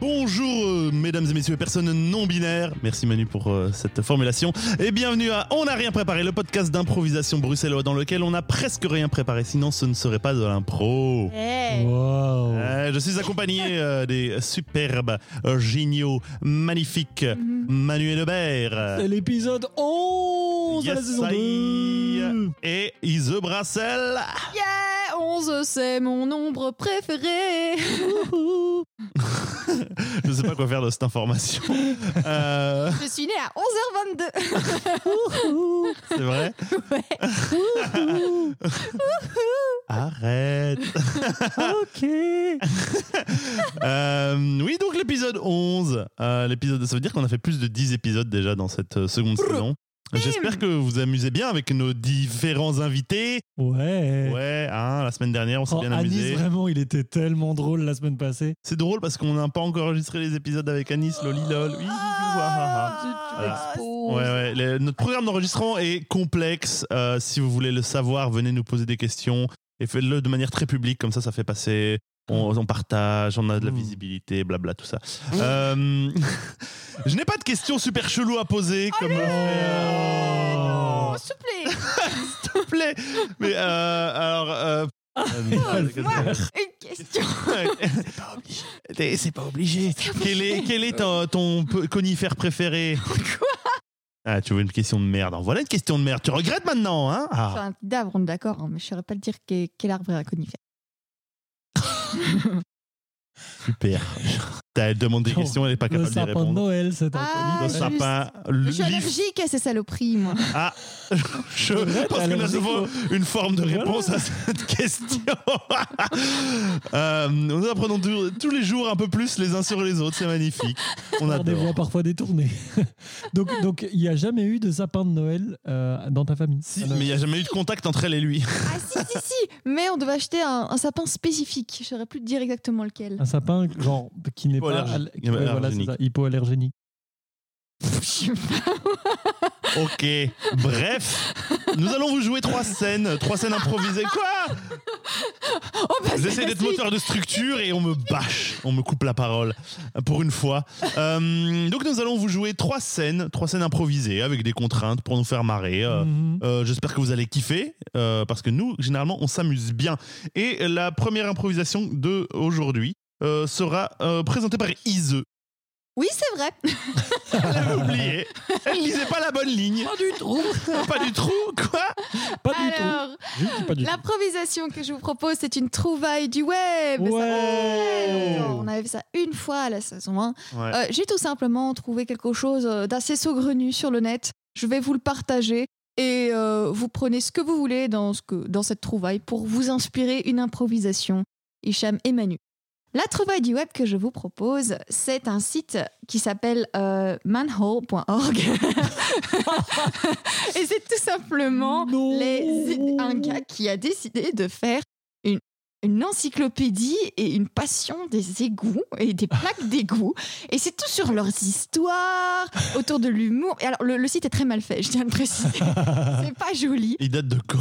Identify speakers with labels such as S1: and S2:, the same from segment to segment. S1: Bonjour, euh, mesdames et messieurs, personnes non binaires. Merci Manu pour euh, cette formulation. Et bienvenue à On n'a rien préparé, le podcast d'improvisation bruxellois dans lequel on n'a presque rien préparé, sinon ce ne serait pas de l'impro.
S2: Eh,
S3: Hey.
S2: Wow.
S1: Euh, je suis accompagné euh, des superbes, euh, géniaux, magnifiques Manuel Hubert.
S2: Mm-hmm. C'est l'épisode 11 de la
S1: Yes,
S2: saison
S1: aïe.
S2: 2.
S1: Et Ise Brassel.
S3: Yeah 11, c'est mon nombre préféré.
S1: Je ne sais pas quoi faire de cette information. Euh,
S3: Je suis née à 11h22.
S1: c'est vrai Arrête.
S2: ok.
S1: Euh, oui, donc l'épisode 11. euh, l'épisode, ça veut dire qu'on a fait plus de 10 épisodes déjà dans cette euh, seconde saison. J'espère que vous vous amusez bien avec nos différents invités.
S2: Ouais.
S1: Ouais, hein, la semaine dernière, on s'est
S2: Oh,
S1: bien
S2: Anis,
S1: amusé.
S2: vraiment, il était tellement drôle la semaine passée.
S1: C'est drôle parce qu'on n'a pas encore enregistré les épisodes avec Anis, Loli, Lol. Oui, ah, ah,
S3: Ah,
S1: ah. Ouais, ouais, le- notre programme d'enregistrement est complexe. Euh, si vous voulez le savoir, venez nous poser des questions et faites-le de manière très publique, comme ça, ça fait passer. On, on partage, on a de la
S2: Mm.
S1: visibilité, blabla, tout ça. Euh, je n'ai pas de questions super cheloues à poser, comme le fait, euh,
S3: Oh, s'il te plaît.
S1: s'il te plaît. Mais euh, alors. euh,
S3: Moi, une question.
S1: T'es- C'est pas obligé. Quel est, quel est ton, ton pe- conifère préféré Ah, tu veux une question de merde. En voilà une question de merde. Tu regrettes maintenant, hein Ah.
S3: Enfin, un petit d'arbre, on est d'accord, hein, mais je saurais pas te dire qu'est- quel arbre est un conifère.
S1: Super. T'as demandé des
S2: Non,
S1: questions, elle n'est pas
S2: Le
S1: capable d'y
S2: sapin de
S1: répondre.
S2: Noël, c'est
S3: Ah,
S2: un
S1: Le
S3: juste.
S1: sapin,
S3: Je
S1: le
S3: suis
S1: livre,
S3: allergique à ces saloperies, moi.
S1: je
S2: vrai,
S1: pense
S2: t'as
S1: que nous
S2: allergique
S1: avons une forme de
S2: Voilà.
S1: réponse à cette question. Euh, nous apprenons tous- tous les jours un peu plus les uns sur les autres, c'est magnifique. On
S2: des
S1: adore.
S2: voix parfois détournées. donc, donc, il n'y a jamais eu de sapin de Noël euh, dans ta famille.
S1: Si,
S2: Alors,
S1: mais il n'y a jamais eu de contact entre elle et lui.
S3: Ah si, si, si. Mais on devait acheter un, un sapin spécifique. Je saurais plus te dire exactement lequel.
S2: Un
S1: Ah,
S2: sapin, genre, qui n'est pas
S1: Hypoallergénique.
S2: al- qui- ouais, voilà, c'est ça, hypoallergénique.
S1: Ok, bref, nous allons vous jouer trois scènes, trois scènes improvisées.
S2: Ah,
S1: Quoi
S3: Oh, bah, c'est
S1: J'essaie d'être
S3: facile.
S1: moteur de structure et on me bâche, on me coupe la parole pour une fois. Euh, donc nous allons vous jouer trois scènes, trois scènes improvisées avec des contraintes pour nous faire marrer. Euh,
S2: Mhm.
S1: euh, J'espère que vous allez kiffer euh, parce que nous, généralement, on s'amuse bien. Et la première improvisation de aujourd'hui euh, sera euh, présentée par Ise.
S3: Oui, c'est vrai.
S1: J'avais oublié. Elle lisait pas la bonne ligne.
S2: Pas du tout.
S1: Pas du trou, quoi
S2: Pas du tout.
S3: Alors,
S2: Je dis pas du tout.
S3: l'improvisation que je vous propose, c'est une trouvaille du web. Ça
S2: Ouais.
S3: fait longtemps. On avait fait ça une fois à la saison 1.
S1: Ouais.
S3: Euh, J'ai tout simplement trouvé quelque chose euh, d'assez saugrenu sur le net. Je vais vous le partager et euh, vous prenez ce que vous voulez dans, ce que, dans cette trouvaille pour vous inspirer une improvisation. Hicham et Manu. La trouvaille du web que je vous propose, c'est un site qui s'appelle euh, manhole.org. et c'est tout simplement
S2: Non.
S3: les- un gars qui a décidé de faire une, une encyclopédie et une passion des égouts et des plaques d'égouts. Et c'est tout sur leurs histoires, autour de l'humour. Et alors, le, le site est très mal fait, je tiens à le préciser. c'est pas joli.
S1: Il date de quand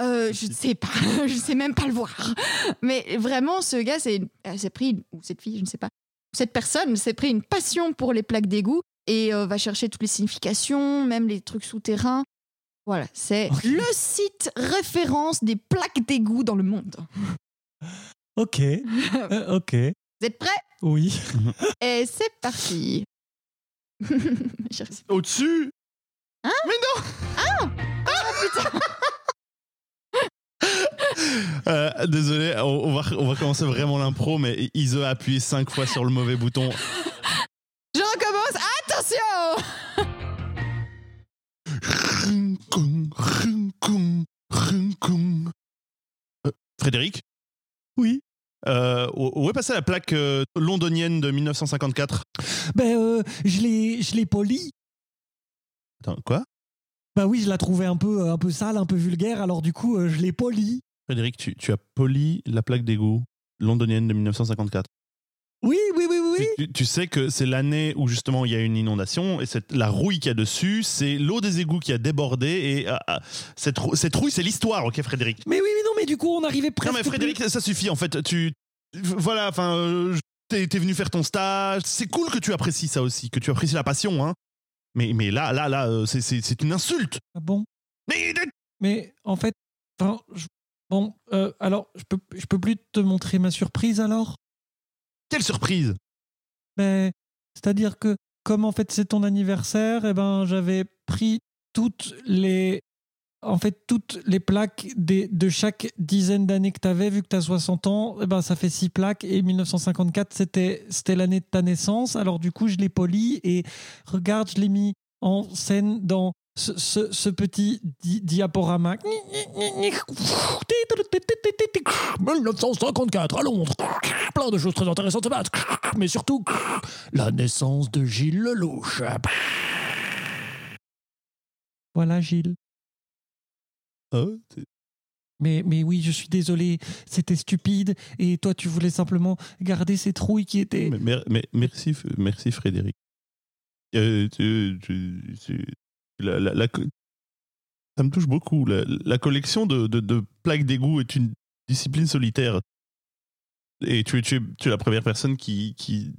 S3: Euh, je ne sais pas, je sais même pas le voir. Mais vraiment, ce gars, c'est, une- elle s'est pris, une- ou cette fille, je ne sais pas, cette personne s'est pris une passion pour les plaques d'égout et euh, va chercher toutes les significations, même les trucs souterrains. Voilà, c'est
S2: Ok.
S3: le site référence des plaques d'égout dans le monde.
S2: Ok. Euh, ok.
S3: Vous êtes prêts
S2: Oui.
S3: Et c'est parti. Je réussis.
S1: Au-dessus
S3: Hein
S1: Mais non Ah Euh, Désolé, on, on va, on va commencer vraiment l'impro, mais Ise a appuyé 5 fois sur le mauvais bouton.
S3: Je recommence, attention
S1: Rincon, rincon, rincon. Euh, Frédéric
S2: Oui.
S1: euh, où où est passée la plaque euh, londonienne de 1954
S2: Ben, euh, je l'ai, je l'ai poli.
S1: Attends, quoi
S2: Bah oui, je la trouvais un peu, euh, un peu sale, un peu vulgaire. Alors du coup, euh, je l'ai poli.
S1: Frédéric, tu, tu as poli la plaque d'égout londonienne de 1954.
S2: Oui, oui, oui, oui.
S1: Tu, tu- tu sais que c'est l'année où justement il y a une inondation et c'est la rouille qu'il y a dessus, c'est l'eau des égouts qui a débordé et ah, ah, cette, rou- cette rouille c'est l'histoire, ok Frédéric
S2: Mais oui, mais non, mais du coup, on arrivait presque.
S1: Non mais Frédéric,
S2: plus-
S1: ça suffit en fait, tu... Voilà, enfin... euh, je- t'es- t'es t'es venu faire ton stage. C'est cool que tu apprécies ça aussi, que tu apprécies la passion, hein. Mais, mais là, là, là, euh, c'est- c'est c'est une insulte.
S2: Ah bon
S1: Mais-
S2: Mais en fait, enfin, je- bon, euh, alors, je peux, je peux plus te montrer ma surprise alors
S1: Quelle surprise
S2: Mais c'est-à-dire que, comme en fait c'est ton anniversaire, eh ben, j'avais pris toutes les. En fait, toutes les plaques des, de chaque dizaine d'années que tu avais, vu que tu as 60 ans, eh ben, ça fait 6 plaques. Et 1954, c'était c'était l'année de ta naissance. Alors, du coup, je l'ai poli et regarde, je l'ai mis en scène dans ce, ce- ce petit di- diaporama.
S4: 1954 à Londres. Plein de choses très intéressantes à battre. Mais surtout, la naissance de Gilles Lelouch.
S2: Voilà, Gilles.
S1: Oh, t'es-
S2: Mais, mais oui, je suis désolé, c'était stupide, et toi tu voulais simplement garder ces trouilles qui étaient...
S1: mais- mais- mais- Merci, F- merci Frédéric. Euh, tu- tu- tu- la- la- la co- ça me touche beaucoup. La, la collection de, de- de plaques d'égout est une discipline solitaire. Et tu, es- tu, es- tu es la première personne qui, qui,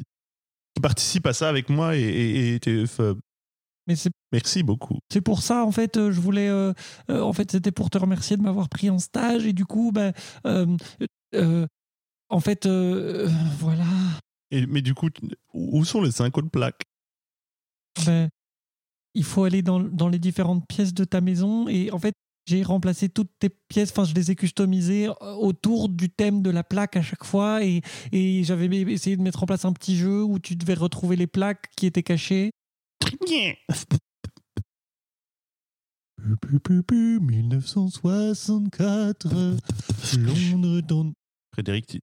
S1: qui participe à ça avec moi. Et, et- et t'es- enfin,
S2: Mais c'est
S1: merci beaucoup.
S2: c'est pour ça, en fait, euh, je voulais... euh, euh, en fait, c'était pour te remercier de m'avoir pris en stage, et du coup, ben... euh, euh, en fait, euh, euh, voilà...
S1: Et- mais du coup, tu- où sont les cinq autres plaques
S2: ben, il faut aller dans, dans les différentes pièces de ta maison, et en fait, j'ai remplacé toutes tes pièces, enfin, je les ai customisées euh, autour du thème de la plaque à chaque fois, et, et j'avais essayé de mettre en place un petit jeu où tu devais retrouver les plaques qui étaient cachées.
S4: 1964, Londres dans...
S1: Frédéric, tu,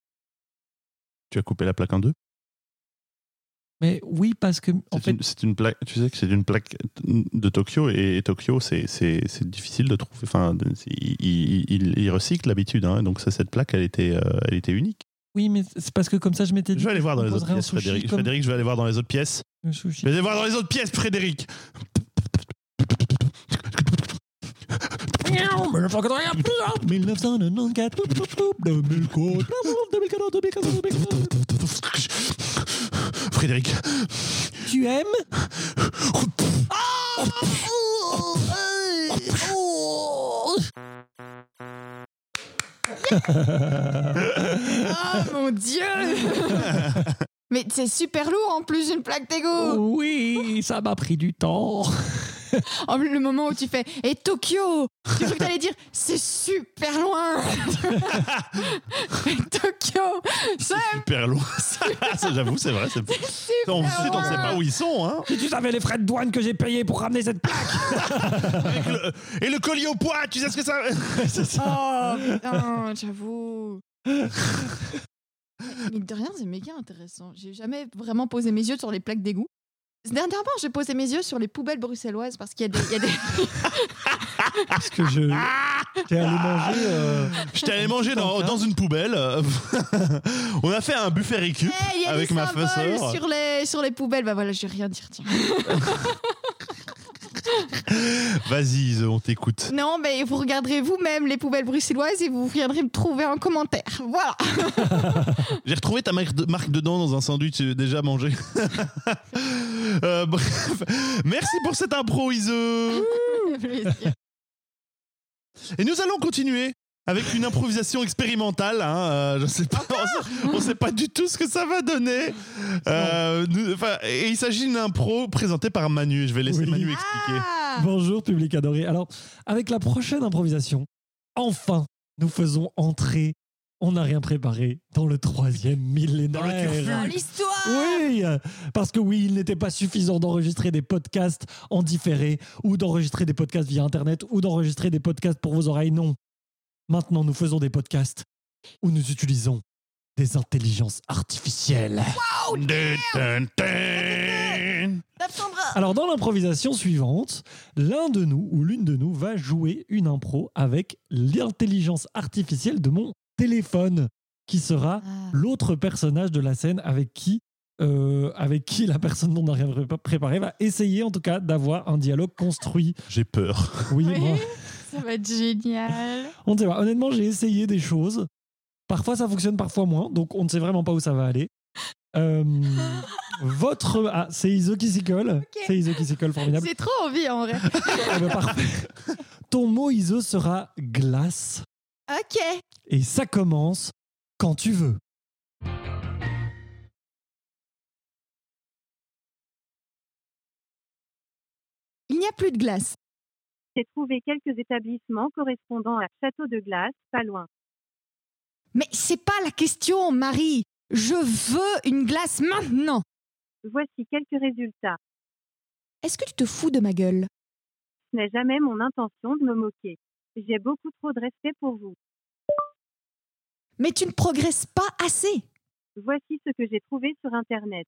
S1: tu as coupé la plaque en deux
S2: Mais oui, parce que en
S1: C'est
S2: fait,
S1: une, c'est une plaque. Tu sais que c'est une plaque de Tokyo et, et Tokyo, c'est c'est- c'est difficile de trouver. Enfin, de- c'est- ils il, recyclent l'habitude, hein. donc ça, cette plaque, elle était, euh, elle était unique.
S2: oui, mais c'est parce que comme ça, je m'étais
S1: Je
S2: dit.
S1: vais aller voir dans les autres
S2: proposerais un
S1: pièces,
S2: sushi
S1: Frédéric.
S2: comme-
S1: Frédéric, je vais aller voir dans les autres pièces.
S2: le sushi.
S1: Je vais aller voir dans les autres pièces, Frédéric.
S2: hein.
S4: 1994, 2004,
S2: 2014, 2014, 2014.
S1: Frédéric,
S2: Tu aimes Oh,
S3: Ah mon dieu Mais c'est super lourd en plus une plaque d'égo
S2: Oui, ça m'a pris du temps.
S3: En plus, Oh, le moment où tu fais Et Tokyo Tu que t'allais dire C'est super loin Mais Tokyo C'est
S1: hyper lourd. Ça, J'avoue, c'est vrai. c'est-
S3: super
S1: On, ensuite, on
S3: loin
S1: ne sait pas où ils sont. Hein.
S2: Si tu savais les frais de douane que j'ai payés pour ramener cette plaque.
S1: Avec le- et le collier au poids, tu sais ce que ça. C'est ça.
S3: Oh putain, j'avoue Mais de rien, c'est méga intéressant. J'ai jamais vraiment posé mes yeux sur les plaques d'égout. Dernièrement, j'ai posé mes yeux sur les poubelles bruxelloises parce qu'il y a des- il y a des...
S2: Parce que je. T'es allé manger. euh,
S1: Ah, Je t'allais manger dans, dans une poubelle. euh, on a fait un buffet récup.
S3: Eh, il y a
S1: Avec
S3: des
S1: ma
S3: symboles
S1: sœur.
S3: sur les, sur les poubelles. Bah voilà, je vais rien dire, tiens.
S1: Vas-y, Ise, on t'écoute.
S3: Non, mais vous regarderez vous-même les poubelles bruxelloises et vous viendrez me trouver en commentaire. Voilà.
S1: J'ai retrouvé ta marque, de- marque dedans dans un sandwich euh, déjà mangé. Euh, bref, merci pour cette impro, Ise. Et nous allons continuer avec une improvisation expérimentale. hein, euh, je sais pas, on sait- on sait pas du tout ce que ça va donner. Euh, nous- enfin, et il s'agit d'une impro présentée par Manu. Je vais laisser
S2: Oui.
S1: Manu expliquer.
S3: Ah,
S2: Bonjour, public adoré. Alors, avec la prochaine improvisation, enfin, nous faisons entrer. On n'a rien préparé dans le troisième millénaire.
S1: turfu.
S3: Dans l'histoire
S2: Oui, parce que oui, il n'était pas suffisant d'enregistrer des podcasts en différé ou d'enregistrer des podcasts via Internet ou d'enregistrer des podcasts pour vos oreilles. Non. Maintenant, nous faisons des podcasts où nous utilisons des intelligences artificielles.
S1: Ah, Dun, dun, dun.
S3: T'attendras.
S2: Alors, dans l'improvisation suivante, l'un de nous ou l'une de nous va jouer une impro avec l'intelligence artificielle de mon téléphone qui sera
S3: Ah,
S2: l'autre personnage de la scène avec qui, euh, avec qui la personne dont on n'a rien pré- préparé va essayer en tout cas d'avoir un dialogue construit.
S1: J'ai peur.
S2: Oui,
S3: Oui.
S2: moi,
S3: Ça va être génial.
S2: on ne sait pas. Honnêtement, j'ai essayé des choses. Parfois ça fonctionne, parfois moins, donc on ne sait vraiment pas où ça va aller. Euh, votre. Ah, c'est Iso qui s'y colle. C'est Iso qui s'y colle, formidable.
S3: J'ai trop envie en vrai.
S2: Ah bah, parfait. Ton mot Iso sera glace
S3: Ok.
S2: et ça commence quand tu veux.
S3: Il n'y a plus de glace.
S5: J'ai trouvé quelques établissements correspondant à Château de Glace, pas loin.
S3: Mais c'est pas la question, Marie. Je veux une glace maintenant.
S5: Voici quelques résultats.
S3: Est-ce que tu te fous de ma gueule
S5: Ce n'est jamais mon intention de me moquer. J'ai beaucoup trop de respect pour vous.
S3: Mais tu ne progresses pas assez.
S5: Voici ce que j'ai trouvé sur Internet.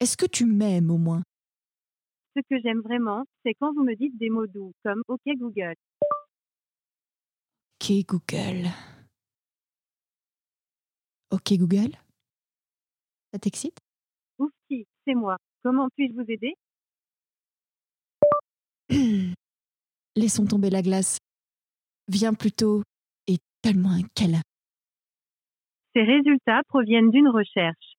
S3: Est-ce que tu m'aimes au moins
S5: Ce que j'aime vraiment, c'est quand vous me dites des mots doux, comme OK Google.
S3: Ok Google. Ok Google. Ça t'excite
S5: Ouf, si, c'est moi. Comment puis-je vous aider
S3: Laissons tomber la glace. Viens plutôt et donne-moi un câlin.
S5: Ces résultats proviennent d'une recherche.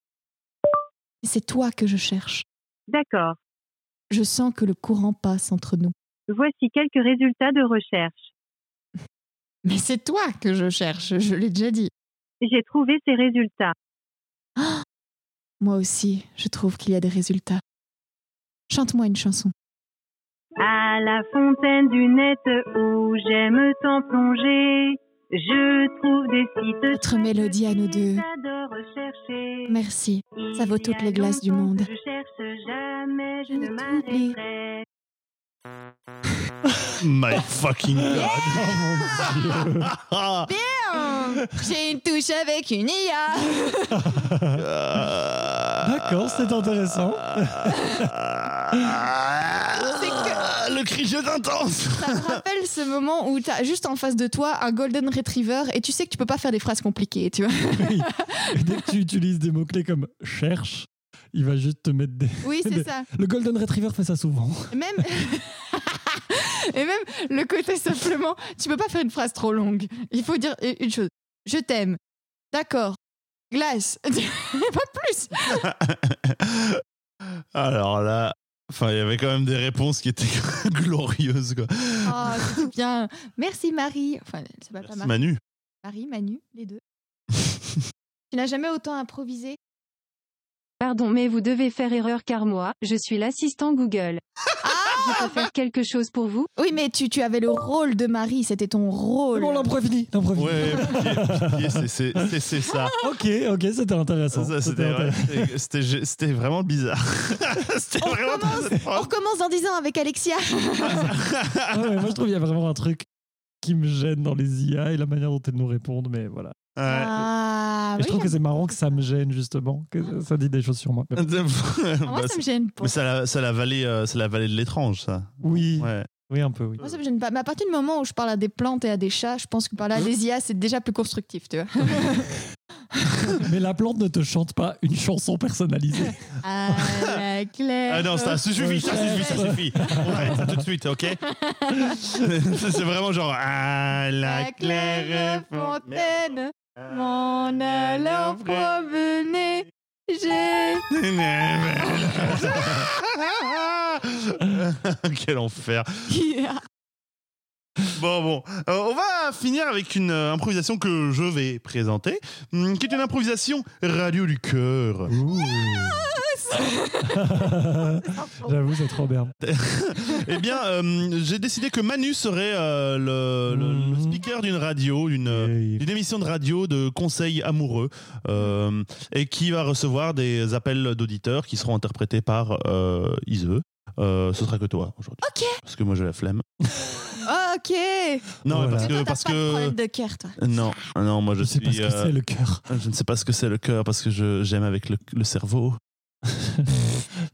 S3: C'est toi que je cherche.
S5: D'accord.
S3: Je sens que le courant passe entre nous.
S5: Voici quelques résultats de recherche.
S3: Mais c'est toi que je cherche, je l'ai déjà dit.
S5: J'ai trouvé ces résultats.
S3: Moi aussi, je trouve qu'il y a des résultats. Chante-moi une chanson.
S5: À la fontaine du net où j'aime tant plonger, je trouve des sites.
S3: Notre mélodie à nous deux.
S5: deux.
S3: Merci. ça vaut toutes les glaces du monde.
S5: Je cherche jamais,
S3: Je
S5: je ne
S3: ne
S5: m'arrêterai.
S1: My fucking
S2: Oh
S1: god.
S2: mon Dieu.
S1: Ah,
S3: Oh. J'ai une touche avec une IA.
S1: euh,
S2: D'accord, c'est intéressant.
S1: Ah, Le cri est intense.
S3: Ça me rappelle ce moment où t'as juste en face de toi un golden retriever et tu sais que tu peux pas faire des phrases compliquées, tu vois.
S2: Oui. Dès que tu utilises des mots-clés comme cherche, il va juste te mettre des.
S3: Oui,
S2: Mais-
S3: c'est ça.
S2: Le Golden Retriever fait ça souvent.
S3: Même et même le côté simplement, tu peux pas faire une phrase trop longue. Il faut dire une chose. Je t'aime. D'accord. Glace. pas de plus.
S1: Alors là, enfin, il y avait quand même des réponses qui étaient glorieuses. Quoi.
S3: Oh, c'est bien. Merci Marie. Enfin, c'est pas, pas
S1: Merci,
S3: Marie.
S1: Manu.
S3: Marie, Manu, les deux. tu n'as jamais autant improvisé.
S6: Pardon, mais vous devez faire erreur car moi, je suis l'assistant Google.
S3: Ah
S6: Je peux faire quelque chose pour vous
S3: Oui, mais tu, tu avais le rôle de Marie, c'était ton
S2: C'est
S3: rôle.
S2: bon, l'impro est finie. l'impro est finie.
S1: Ouais, pitié, pitié, c'est- c'est- c'est c'est ça.
S2: Ok, ok, Ah, c'était intéressant.
S1: Ça, C'était
S2: intéressant.
S1: c'était- c'était gé- c'était vraiment bizarre. C'était
S3: On
S1: vraiment
S3: recommence,
S1: très
S3: On
S1: étrange.
S3: recommence dans 10 ans avec Alexia.
S2: Ah ouais, moi, je trouve qu'il y a vraiment un truc qui me gêne dans les IA et la manière dont elles nous répondent, mais voilà.
S1: Ouais.
S3: Ah,
S2: Et je
S3: oui,
S2: trouve que c'est marrant que ça me gêne, justement, que ça dit des choses sur moi.
S1: Euh,
S2: Mais bon.
S3: moi,
S1: Bah,
S3: ça me gêne pas.
S1: mais c'est la, c'est la vallée, euh, c'est la vallée de l'étrange, ça.
S2: Oui,
S1: Ouais.
S2: oui, un peu, oui.
S3: Moi, ça me gêne pas. Mais à partir du moment où je parle à des plantes et à des chats, je pense que
S1: Hein
S3: parler à des IA, c'est déjà plus constructif, tu vois.
S2: Mais la plante ne te chante pas une chanson personnalisée.
S3: À la claire.
S1: Ah non, ça suffit, ça suffit, ça suffit. On arrête tout de suite, ok C'est vraiment genre. Ah, la
S3: La
S1: claire
S3: claire fontaine, mon
S1: allant
S3: allant promener, j'ai
S1: Quel enfer.
S3: Yeah.
S1: Bon, bon. Euh, on va finir avec une euh, improvisation que je vais présenter, hum, qui est une improvisation radio du cœur.
S2: Ouh. J'avoue, c'est trop bien.
S1: Eh bien, euh, j'ai décidé que Manu serait euh, le, le-
S3: Mm-hmm.
S1: le speaker d'une radio, d'une euh,
S2: Et-
S1: d'une émission de radio de conseils amoureux euh, et qui va recevoir des appels d'auditeurs qui seront interprétés par euh, Ise. Euh, ce sera que toi aujourd'hui.
S3: Ok.
S1: Parce que moi j'ai la flemme.
S3: Ok.
S1: Non, mais
S2: Voilà.
S1: parce
S3: Mais toi,
S1: que
S3: t'as
S1: parce
S3: pas de
S1: que
S3: problème de cœur, toi.
S1: non, non, moi je,
S2: Je sais
S1: suis.
S2: pas ce que
S1: euh,
S2: c'est le cœur.
S1: je ne sais pas ce que c'est le cœur parce que je- j'aime avec le, le cerveau.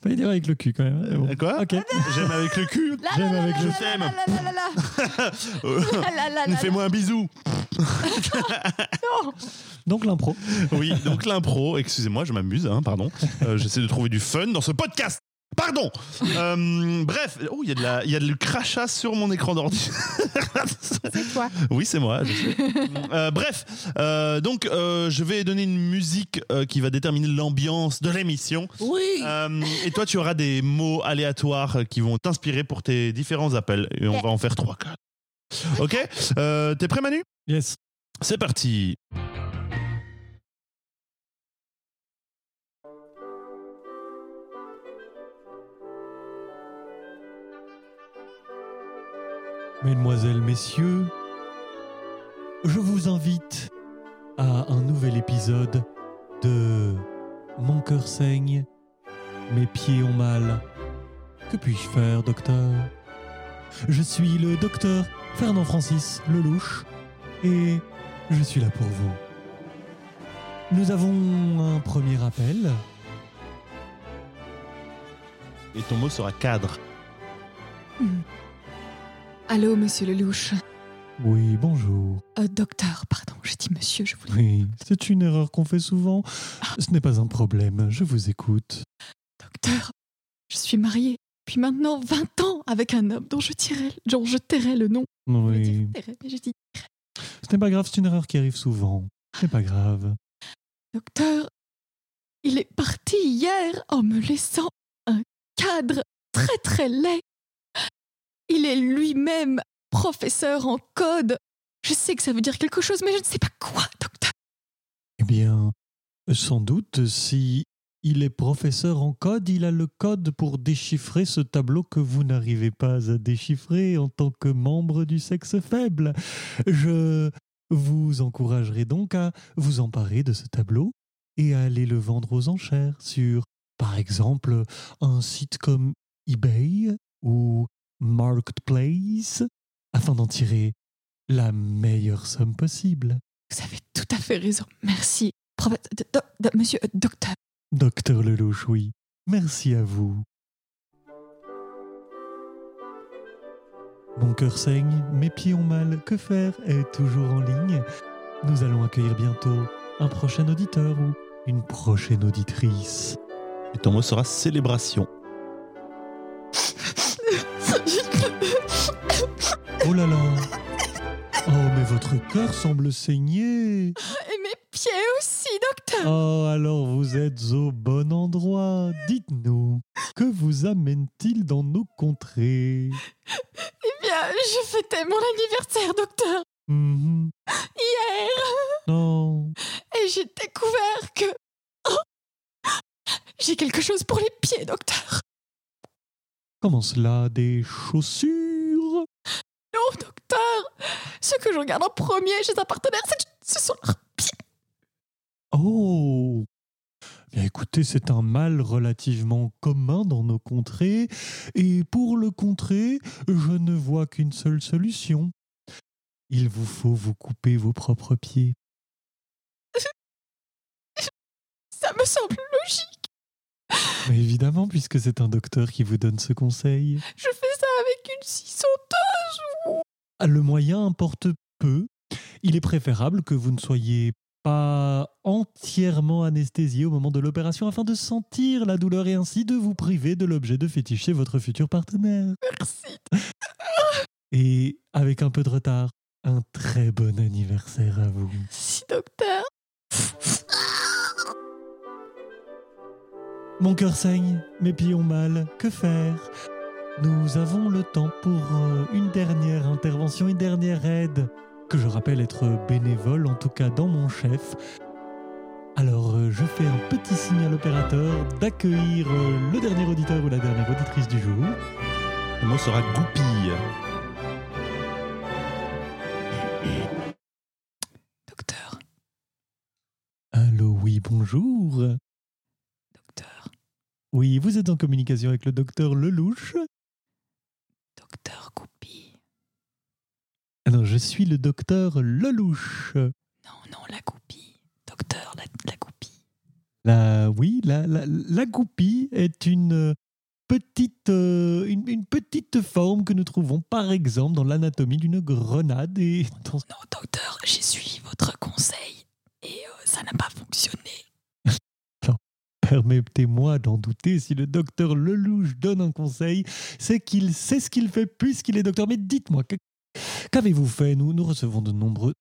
S2: Pas dire avec le cul quand même. hein, mais bon.
S1: Quoi
S2: Ok.
S1: J'aime avec le cul.
S3: La
S2: J'aime avec
S1: le-
S3: la
S1: Je t'aime.
S3: la la la la la.
S1: Euh,
S3: La la la la
S1: Fais-moi un bisou.
S2: Donc l'impro.
S1: Oui, donc l'impro, excusez-moi, je m'amuse, hein, pardon. Euh, J'essaie de trouver du fun dans ce podcast. Pardon Euh, Bref, oh, il y, a de la- il y a du crachat sur mon écran d'ordi.
S3: C'est toi.
S1: Oui, c'est moi. je sais. Euh, bref, euh, donc euh, je vais donner une musique euh, qui va déterminer l'ambiance de l'émission.
S4: Oui.
S1: Euh, et toi, tu auras des mots aléatoires euh, qui vont t'inspirer pour tes différents appels. Et on va en faire trois. quatre. Ok Euh, T'es prêt, Manu
S2: Yes.
S1: C'est parti.
S2: Mesdemoiselles, messieurs, je vous invite à un nouvel épisode de Mon cœur saigne, mes pieds ont mal. Que puis-je faire, docteur Je suis le docteur Fernand Francis Lelouch et je suis là pour vous. Nous avons un premier appel.
S1: Et ton mot sera cadre.
S3: Allô, monsieur Lelouch.
S2: Oui, bonjour.
S3: Euh, docteur, pardon, j'ai dit monsieur, je voulais.
S2: Oui, c'est une erreur qu'on fait souvent. Ce n'est pas un problème, je vous écoute.
S3: Docteur, je suis mariée depuis maintenant 20 ans avec un homme dont je tirais, dont je tairais le nom. Je voulais
S2: Oui.
S3: dire tairais, mais j'ai dit
S2: Ce n'est pas grave, c'est une erreur qui arrive souvent. Ce n'est pas grave.
S3: Docteur, il est parti hier en me laissant un cadre très très laid. Il est lui-même professeur en code. Je sais que ça veut dire quelque chose, mais je ne sais pas quoi, docteur.
S2: Eh bien, sans doute, si il est professeur en code, il a le code pour déchiffrer ce tableau que vous n'arrivez pas à déchiffrer en tant que membre du sexe faible. Je vous encouragerai donc à vous emparer de ce tableau et à aller le vendre aux enchères sur, par exemple, un site comme eBay ou Marketplace, afin d'en tirer la meilleure somme possible.
S3: Vous avez tout à fait raison. Merci. Prof- do- do- do- monsieur, euh, docteur.
S2: Docteur Lelouch, oui. Merci à vous. Mon cœur saigne, mes pieds ont mal, que faire est toujours en ligne. Nous allons accueillir bientôt un prochain auditeur ou une prochaine auditrice.
S1: Et ton mot sera célébration.
S2: Oh là là Oh, mais votre cœur semble saigner
S3: Et mes pieds aussi, docteur.
S2: Oh, alors vous êtes au bon endroit Dites-nous, que vous amène-t-il dans nos contrées
S3: Eh bien, je fêtais mon anniversaire, docteur,
S2: Mhm.
S3: hier.
S2: Non
S3: Et j'ai découvert que... Oh j'ai quelque chose pour les pieds, docteur.
S2: Comment cela Des chaussures
S3: Non, docteur. Ce que je regarde en premier chez un partenaire, c'est... Ce sont leurs pieds.
S2: Oh Bien écoutez, c'est un mal relativement commun dans nos contrées, et pour le contrer, je ne vois qu'une seule solution. Il vous faut vous couper vos propres pieds.
S3: Ça me semble logique.
S2: Mais évidemment, puisque c'est un docteur qui vous donne ce conseil.
S3: Je fais ça avec une scie sauteuse.
S2: Ah, Le moyen importe peu. Il est préférable que vous ne soyez pas entièrement anesthésié au moment de l'opération afin de sentir la douleur et ainsi de vous priver de l'objet de fétiche chez votre futur partenaire.
S3: Merci.
S2: Et avec un peu de retard, un très bon anniversaire à vous.
S3: Merci, docteur.
S2: Mon cœur saigne, mes pieds ont mal, que faire Nous avons le temps pour euh, une dernière intervention, une dernière aide, que je rappelle être bénévole, en tout cas dans mon chef. Alors euh, je fais un petit signe à l'opérateur d'accueillir euh, le dernier auditeur ou la dernière auditrice du jour.
S1: Ton mot sera goupille.
S3: Docteur,
S2: Allô, oui, bonjour.
S3: docteur,
S2: Oui, vous êtes en communication avec le docteur Lelouch.
S3: docteur Goupille.
S2: Ah non, je suis le docteur Lelouch.
S3: Non, non, la goupille. Docteur, la, la goupille.
S2: La, oui, la, la, la goupille est une euh, petite, euh, une, une petite forme que nous trouvons par exemple dans l'anatomie d'une grenade. Et dans-
S3: Non, docteur, j'ai suivi votre conseil et euh, ça n'a pas fonctionné.
S2: Permettez-moi d'en douter, si le docteur Lelouch donne un conseil, c'est qu'il sait ce qu'il fait puisqu'il est docteur. Mais dites-moi, que- qu'avez-vous fait Nous, nous recevons de nombreux...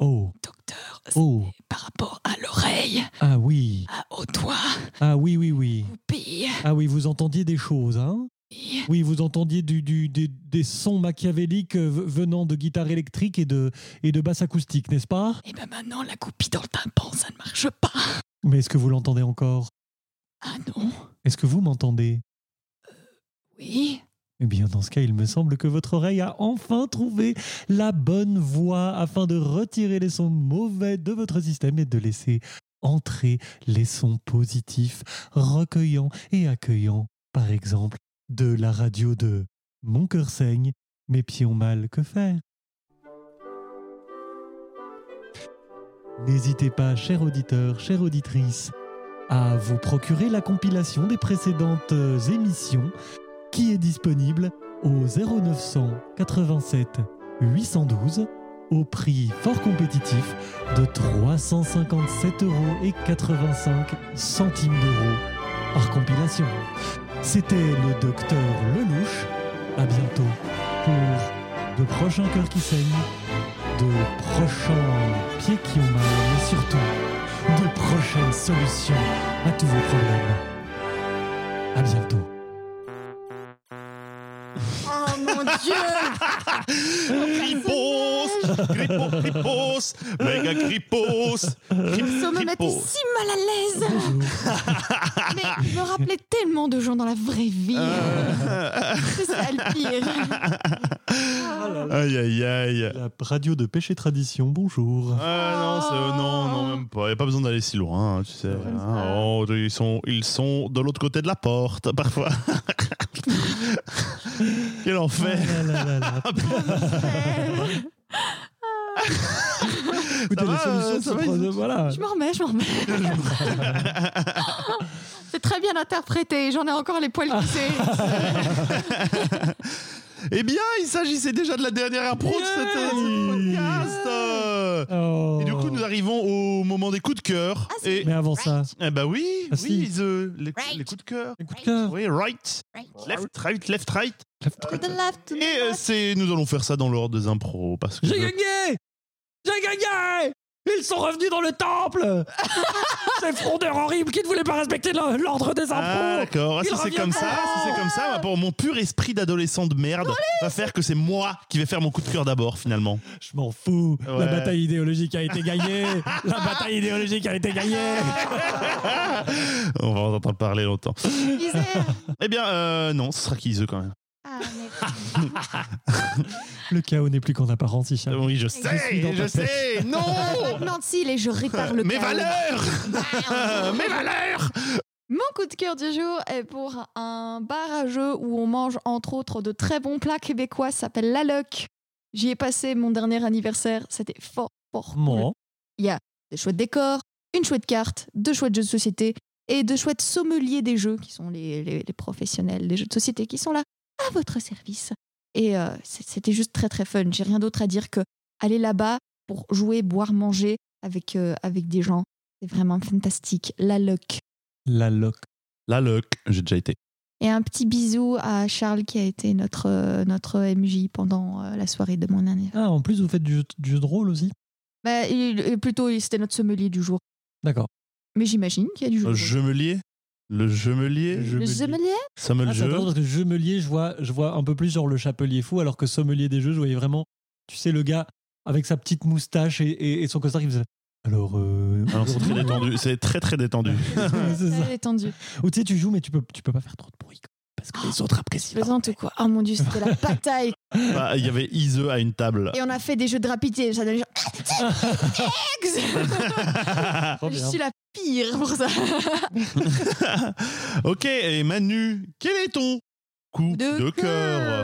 S2: Oh,
S3: Docteur,
S2: oh,
S3: par rapport à l'oreille,
S2: ah oui,
S3: au doigt,
S2: ah oui, oui, oui.
S3: au pied.
S2: Ah oui, vous entendiez des choses, hein Oui, vous entendiez du, du- des, des sons machiavéliques euh, v- venant de guitare électrique et de, et de basse acoustique, n'est-ce pas
S3: Et ben maintenant, la goupille dans le tympan, ça ne marche pas.
S2: Mais est-ce que vous l'entendez encore
S3: Ah non
S2: Est-ce que vous m'entendez
S3: Oui
S2: Eh bien, dans ce cas, il me semble que votre oreille a enfin trouvé la bonne voie afin de retirer les sons mauvais de votre système et de laisser entrer les sons positifs, recueillants et accueillants. Par exemple, de la radio de Mon cœur saigne, mes pieds ont mal, que faire N'hésitez pas, chers auditeurs, chères auditrices, à vous procurer la compilation des précédentes euh, émissions qui est disponible au 0900 87 812 au prix fort compétitif de 357,85 centimes d'euros par compilation. C'était le docteur Lelouch. À bientôt pour de prochains cœurs qui saignent, de prochains pieds qui ont mal, mais surtout de prochaines solutions à tous vos problèmes. À bientôt.
S3: Oh mon dieu
S1: Crippos Crippos Crippos Méga Crippos
S3: Ça me mettait
S1: Crippos
S3: si mal à l'aise Mais il me rappelait tellement de gens dans la vraie vie
S1: Euh,
S3: C'est ça le pire
S2: Ah
S1: Aïe aïe aïe
S2: La radio de Pêche et Tradition, bonjour.
S1: Ah non, c'est- non, non, même pas. Il n'y a pas besoin d'aller si loin, hein, tu sais.
S3: Oh. Comme
S1: hein.
S3: ça.
S1: Oh, ils, sont, ils sont de l'autre côté de la porte, parfois. Quel enfer
S2: Ah là là là là. Écoutez,
S1: va,
S2: les solutions
S1: euh, ça
S2: se
S1: va,
S2: prennent-
S1: ils-
S2: voilà.
S3: Je m'en remets, je m'en remets C'est très bien interprété, j'en ai encore les
S1: Ah.
S3: poils poussés
S1: Eh bien, il s'agissait déjà de la dernière impro de cette-
S2: Yeah
S1: ce podcast euh.
S2: Oh.
S1: Et du coup, nous arrivons au moment des coups de
S3: Ah,
S1: cœur. et
S2: Mais avant ça,
S1: eh bah oui,
S2: Ah,
S1: oui,
S2: si.
S1: the- les, les coups de cœur.
S2: un coup de cœur.
S1: Oui, right, left, right, left, right.
S3: To the left, to the
S1: Et euh,
S3: right.
S1: c'est, nous allons faire ça dans l'ordre des impros parce que
S2: J'ai gagné J'ai gagné Ils sont revenus dans le temple Ces frondeurs horribles qui ne voulaient pas respecter l'or- l'ordre des impôts
S1: Ah, d'accord. Ah,
S2: Il
S1: si c'est
S2: revient
S1: comme ça,
S2: pas.
S1: si c'est comme ça, bah, pour mon pur esprit d'adolescent de merde va faire que c'est moi qui vais faire mon coup de cœur d'abord finalement.
S2: Je m'en fous
S1: Ouais.
S2: La bataille idéologique a été gagnée La bataille idéologique a été gagnée
S1: On va en entendre parler longtemps.
S3: Isère.
S1: Eh bien, euh, non, ce sera Kizeux quand même.
S3: Ah, mais-
S2: Le chaos n'est plus qu'en apparence, Hicham.
S1: Oui, je
S2: Ah Je suis dans
S1: sais,
S2: ta
S1: je
S2: tête.
S1: sais. Non.
S3: Maintenant, si, les je répare le
S1: Mes
S3: chaos. Ah,
S1: valeurs. Mes valeurs.
S3: Mon coup de cœur du jour est pour un bar à jeu où on mange entre autres de très bons plats québécois, ça s'appelle La Loc. J'y ai passé mon dernier anniversaire, c'était fort, fort cool.
S2: Moi,
S3: Des chouettes décors, une chouette carte, deux chouettes jeux de société et deux chouettes sommeliers des jeux qui sont les, les- les professionnels des jeux de société qui sont là à votre service. Et euh, c'est- c'était juste très très fun. J'ai rien d'autre à dire que aller là-bas pour jouer, boire, manger avec, euh, avec des gens. C'est vraiment fantastique. La Loc.
S2: la loc.
S1: La loc, j'ai déjà été.
S3: Et un petit bisou à Charles qui a été notre, euh, notre MJ pendant euh, la soirée de mon anniversaire.
S2: Ah, en plus, vous faites du jeu, du jeu de rôle aussi
S3: Bah, il- il- plutôt, il- c'était notre sommelier du jour.
S2: D'accord.
S3: Mais j'imagine qu'il y a du jour.
S1: Le gemelier. Le gemelier.
S2: Je
S3: Le
S2: me dis-
S3: sommelier
S1: Sommel
S2: Ah, c'est
S1: jeu.
S2: intéressant parce que gemelier, je vois, je vois un peu plus genre le chapelier fou, alors que sommelier des jeux, je voyais vraiment, tu sais, le gars avec sa petite moustache et, et- et son costard qui faisait. Alors, euh,
S1: Alors, Ah, c'est très détendu. C'est très très détendu.
S2: c'est ça.
S3: Très étendu.
S2: Ou tu sais, tu joues, mais tu peux, tu peux pas faire trop de bruit. quoi, Parce que
S3: Oh,
S2: les autres
S3: Je
S2: apprécient. pas.
S3: plaisante ou quoi Oh mon dieu, c'était la bataille.
S1: Bah, Il y avait Ise à une table.
S3: Et on a fait des jeux de rapidité. Ça donnait genre-
S2: Trop
S3: Je
S2: Ah, bien.
S3: suis la pire pour ça.
S1: ok, et Manu, quel est ton coup de,
S3: De
S1: cœur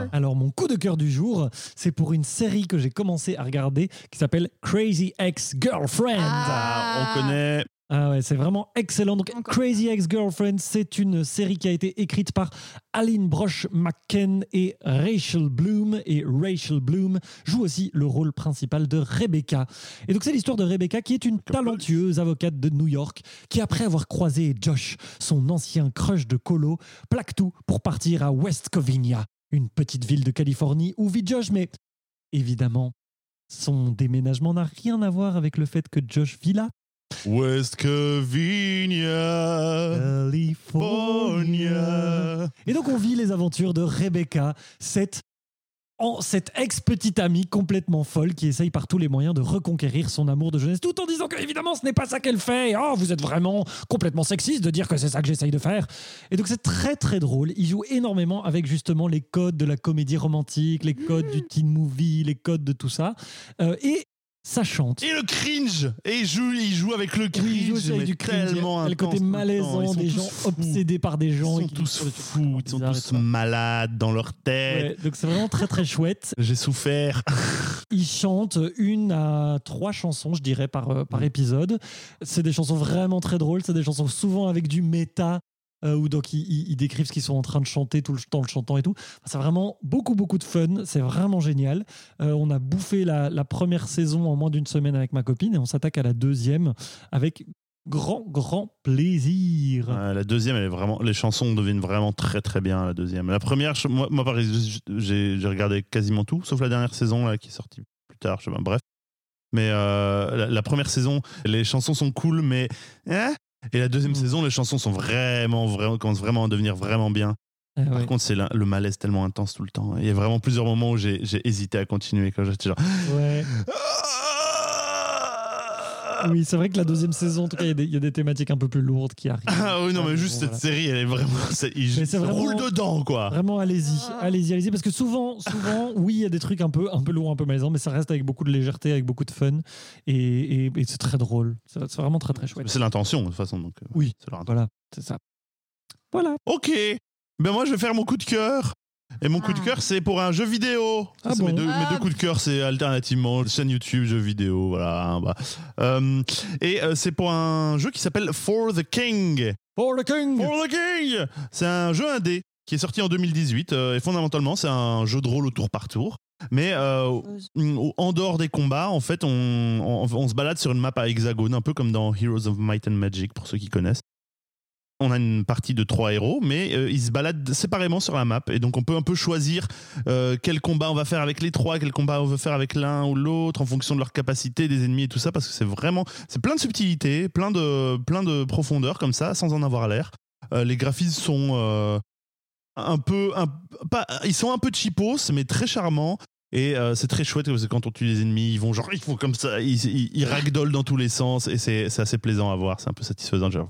S3: cœur.
S2: Alors, mon coup de cœur du jour, c'est pour une série que j'ai commencé à regarder qui s'appelle Crazy Ex Girlfriend.
S3: Ah.
S1: Ah, On connaît
S2: Ah ouais, c'est vraiment excellent. Donc,
S3: Encore.
S2: Crazy Ex-Girlfriend, c'est une série qui a été écrite par Aline Brosh McKen et Rachel Bloom. Et Rachel Bloom joue aussi le rôle principal de Rebecca. Et donc, c'est l'histoire de Rebecca qui est une talentueuse avocate de New York qui, après avoir croisé Josh, son ancien crush de colo, plaque tout pour partir à West Covina, une petite ville de Californie où vit Josh. Mais évidemment, son déménagement n'a rien à voir avec le fait que Josh vit là.
S1: West
S2: Euh,
S1: Covina,
S2: California.
S1: California.
S2: Et donc on vit les aventures de Rebecca, cette en cette ex-petite amie complètement folle qui essaye par tous les moyens de reconquérir son amour de jeunesse, tout en disant que évidemment ce n'est pas ça qu'elle fait. Et, Oh, vous êtes vraiment complètement sexiste de dire que c'est ça que j'essaye de faire. Et donc c'est très très drôle. Il joue énormément avec justement les codes de la comédie romantique, les codes du teen movie, les codes de tout ça. Euh, et ça chante.
S1: Et le cringe Et il joue, il joue avec le cringe,
S2: Oui, il joue aussi avec
S1: mais
S2: du cringe,
S1: tellement
S2: il y a le
S1: intense
S2: côté
S1: tout le temps. Ils
S2: malaisant
S1: sont
S2: des
S1: tous
S2: gens
S1: fous.
S2: obsédés par des
S1: Ils
S2: gens. et
S1: sont
S2: qui-
S1: tous fous, ils sont
S2: bizarre et
S1: tous
S2: tout.
S1: malades dans leur tête.
S2: Ouais, donc c'est vraiment très très chouette.
S1: J'ai souffert.
S2: Ils chantent une à trois chansons, je dirais, par, euh,
S1: Mm.
S2: par épisode. C'est des chansons vraiment très drôles. C'est des chansons souvent avec du méta, euh, où donc ils, ils- ils décrivent ce qu'ils sont en train de chanter tout le temps, le chantant et tout. C'est vraiment beaucoup beaucoup de fun. C'est vraiment génial. Euh, on a bouffé la, la première saison en moins d'une semaine avec ma copine et on s'attaque à la deuxième avec grand grand plaisir.
S1: Ouais, la deuxième, elle est vraiment. Les chansons deviennent vraiment très très bien. La deuxième. La première, je- moi, moi par exemple, j'ai j'ai regardé quasiment tout, sauf la dernière saison là, qui est sortie plus tard. Je sais pas, bref. Mais euh, la, la première saison, les chansons sont cool, mais hein et la deuxième
S2: Mm.
S1: saison, les chansons sont vraiment, vraiment, commencent vraiment à devenir vraiment bien.
S2: Ah ouais.
S1: Par contre, c'est la- le malaise tellement intense tout le temps. Il y a vraiment plusieurs moments où j'ai j'ai hésité à continuer quand j'étais genre.
S2: Ouais.
S1: Ah.
S2: Oui, c'est vrai que la deuxième saison, en tout cas, il y a des- il y, a des thématiques un peu plus lourdes qui arrivent.
S1: Ah oui, non, mais
S2: Bon,
S1: juste cette
S2: voilà.
S1: série, elle est vraiment. c'est- Il
S2: Mais c'est
S1: il roule
S2: vraiment-
S1: dedans, quoi.
S2: Vraiment, allez-y,
S3: Ah.
S2: allez-y, allez-y, parce que souvent, souvent, oui, il y a des trucs un peu, un peu lourds, un peu malaisants, mais ça reste avec beaucoup de légèreté, avec beaucoup de fun, et, et- et c'est très drôle. C'est c'est vraiment très très chouette.
S1: C'est l'intention, de toute façon. Donc, euh,
S2: Oui.
S1: c'est leur intention.
S2: Voilà, c'est ça. Voilà.
S1: Ok. Ben moi, je vais faire mon coup de cœur. Et mon coup de
S3: Ah.
S1: cœur, c'est pour un jeu vidéo. Ça,
S2: Ah
S1: c'est
S2: bon
S1: mes, deux, mes
S3: Ah.
S1: deux coups de cœur, c'est alternativement chaîne YouTube, jeu vidéo, voilà. hein, bah. Euh, et euh, c'est pour un jeu qui s'appelle For the King.
S2: For the King.
S1: For the King C'est un jeu indé qui est sorti en 2018. euh, et fondamentalement, c'est un jeu de rôle au tour par tour. Mais euh, Mm, au- en dehors des combats, en fait, on, on- on se balade sur une map à hexagone, un peu comme dans Heroes of Might and Magic, pour ceux qui connaissent. On a une partie de trois héros, mais euh, ils se baladent séparément sur la map. Et donc, on peut un peu choisir euh, quel combat on va faire avec les trois, quel combat on veut faire avec l'un ou l'autre, en fonction de leur capacité, des ennemis et tout ça, parce que c'est vraiment. C'est plein de subtilités, plein de, plein de profondeur, comme ça, sans en avoir l'air. Euh, les graphismes sont. euh, un peu un- pas, ils sont un peu cheapos mais très charmants et euh, c'est très chouette parce que quand on tue les ennemis, ils vont genre, ils font comme ça, ils, ils, ils ragdollent dans tous les sens et c'est c'est assez plaisant à voir, c'est un peu satisfaisant. Genre,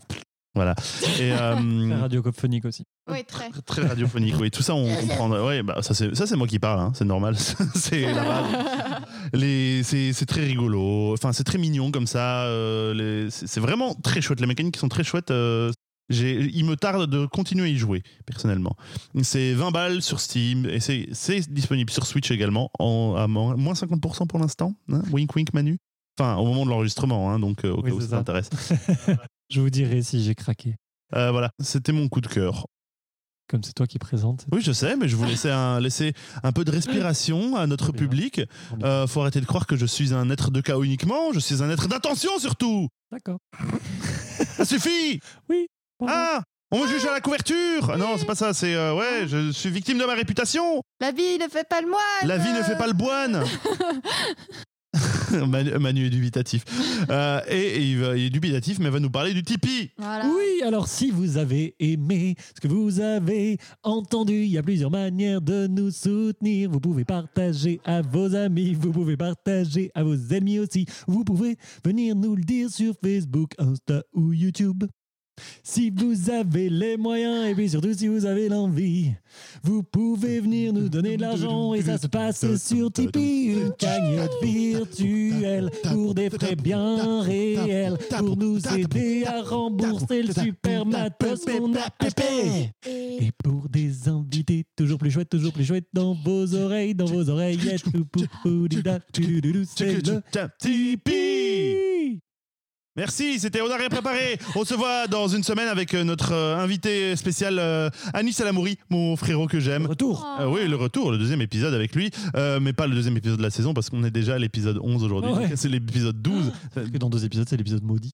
S1: voilà. Et,
S2: Très
S1: euh,
S2: Radio Copphonique aussi.
S3: Oui, très.
S1: très radiophonique, oui, tout ça on comprend. Ouais, bah, ça c'est ça, c'est moi qui parle, hein, c'est normal, c'est la base. Les- c'est c'est très rigolo, enfin c'est très mignon comme ça. euh, les- c'est c'est vraiment très chouette. Les mécaniques sont très chouettes. euh, j'ai- il me tarde de continuer à y jouer personnellement. C'est 20 balles sur Steam et c'est- c'est disponible sur Switch également en, à mo- moins 50% pour l'instant. hein. wink wink Manu. Enfin au moment de l'enregistrement, hein, donc euh, au
S2: Oui,
S1: cas où
S2: c'est
S1: ça
S2: ça.
S1: t'intéresse.
S2: Je vous dirai si j'ai craqué.
S1: Euh, voilà, c'était mon coup de cœur.
S2: Comme c'est toi qui présente.
S1: Oui je sais, mais je vous laissais un, laisser un peu de respiration à notre
S2: Très bien.
S1: public. Euh, faut arrêter de croire que je suis un être de chaos uniquement. Je suis un être d'attention surtout.
S2: D'accord.
S1: Ça suffit Ah On me juge à la couverture Ah Non, c'est pas ça, c'est... euh, ouais, je suis victime de ma réputation
S3: La vie ne fait pas le moine
S1: La vie ne fait pas le boine Manu, Manu est dubitatif. Euh, et et il, va- il est dubitatif, mais va nous parler du Tipeee
S3: Voilà.
S2: Oui, alors si vous avez aimé ce que vous avez entendu, il y a plusieurs manières de nous soutenir. Vous pouvez partager à vos amis, vous pouvez partager à vos ennemis aussi. Vous pouvez venir nous le dire sur Facebook, Insta ou YouTube. Si vous avez les moyens et puis surtout si vous avez l'envie, vous pouvez venir nous donner de l'argent et ça se passe sur Tipeee, une cagnotte virtuelle pour des frais bien réels, pour nous aider à rembourser le super matos qu'on a acheté. Et pour des invités toujours plus chouettes, toujours plus chouettes dans vos oreilles, dans vos oreillettes, pou- pou- pou- di- da- tu- du- du- c'est le
S1: Tipeee
S2: Tipeee.
S1: Merci, c'était On n'a rien préparé. On se voit dans une semaine avec euh, notre euh, invité spécial euh, Anis Alamouri, mon frérot que j'aime.
S2: Retour.
S3: Oh.
S1: Euh, oui, le retour, le deuxième épisode avec lui, Euh, mais pas le deuxième épisode de la saison parce qu'on est déjà à l'épisode 11 aujourd'hui.
S2: Ouais.
S1: C'est l'épisode 12.
S2: Parce que dans deux épisodes, c'est l'épisode maudit.